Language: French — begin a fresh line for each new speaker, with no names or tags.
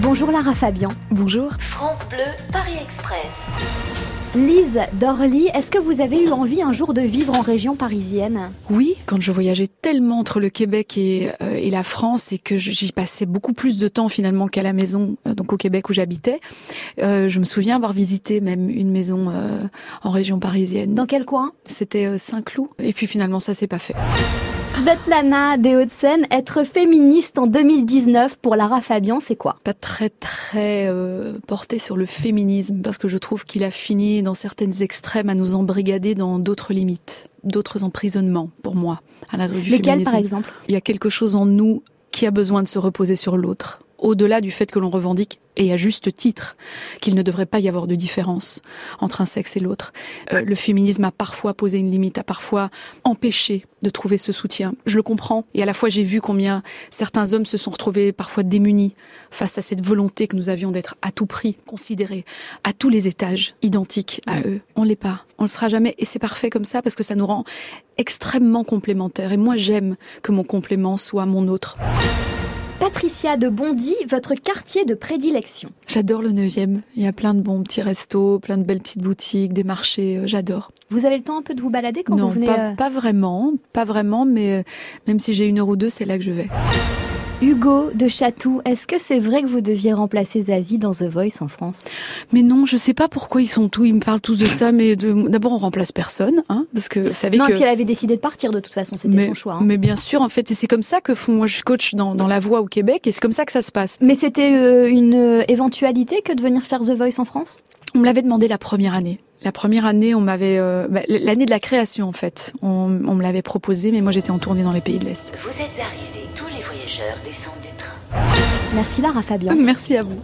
Bonjour Lara Fabian.
Bonjour.
France Bleu, Paris Express.
Lise d'Orly, est-ce que vous avez eu envie un jour de vivre en région parisienne
Oui, quand je voyageais tellement entre le Québec et, euh, et la France et que j'y passais beaucoup plus de temps finalement qu'à la maison, euh, donc au Québec où j'habitais, euh, je me souviens avoir visité même une maison euh, en région parisienne.
Dans quel coin
C'était euh, Saint-Cloud et puis finalement ça s'est pas fait.
Svetlana des Hauts-de-Seine, être féministe en 2019 pour Lara Fabian, c'est quoi
Pas très très euh, porté sur le féminisme parce que je trouve qu'il a fini dans certaines extrêmes à nous embrigader dans d'autres limites, d'autres emprisonnements pour moi à l'intérieur du
Lequel
féminisme.
par exemple
Il y a quelque chose en nous qui a besoin de se reposer sur l'autre, au-delà du fait que l'on revendique, et à juste titre, qu'il ne devrait pas y avoir de différence entre un sexe et l'autre. Euh, le féminisme a parfois posé une limite, a parfois empêché de trouver ce soutien. Je le comprends, et à la fois j'ai vu combien certains hommes se sont retrouvés parfois démunis face à cette volonté que nous avions d'être à tout prix considérés, à tous les étages, identiques à eux. On l'est pas, on le sera jamais, et c'est parfait comme ça, parce que ça nous rend extrêmement complémentaires, et moi j'aime que mon complément soit mon autre.
Patricia de Bondy, votre quartier de prédilection.
J'adore le 9e. Il y a plein de bons petits restos, plein de belles petites boutiques, des marchés. euh, J'adore.
Vous avez le temps un peu de vous balader quand
non,
vous venez
pas,
euh,
pas vraiment, pas vraiment, mais euh, même si j'ai une heure ou deux, c'est là que je vais.
Hugo de Chatou, est-ce que c'est vrai que vous deviez remplacer Zazie dans The Voice en France
Mais non, je sais pas pourquoi ils sont tous, ils me parlent tous de ça, mais de- d'abord on remplace personne, hein, parce que vous savez
Non,
que.
et puis elle avait décidé de partir de toute façon, c'était
mais,
son choix. hein.
mais bien sûr, en fait, et c'est comme ça que font. Moi, je suis coach dans, dans la voix au Québec, et c'est comme ça que ça se passe.
Mais c'était euh, une euh, éventualité que de venir faire The Voice en France
On me l'avait demandé la première année. La première année, on m'avait euh, bah, l'année de la création, en fait. On, on me l'avait proposé, mais moi, j'étais en tournée dans les pays de l'Est.
Vous êtes arrivés, tous les voyageurs descendent du train.
Merci Lara Fabian.
Merci à vous.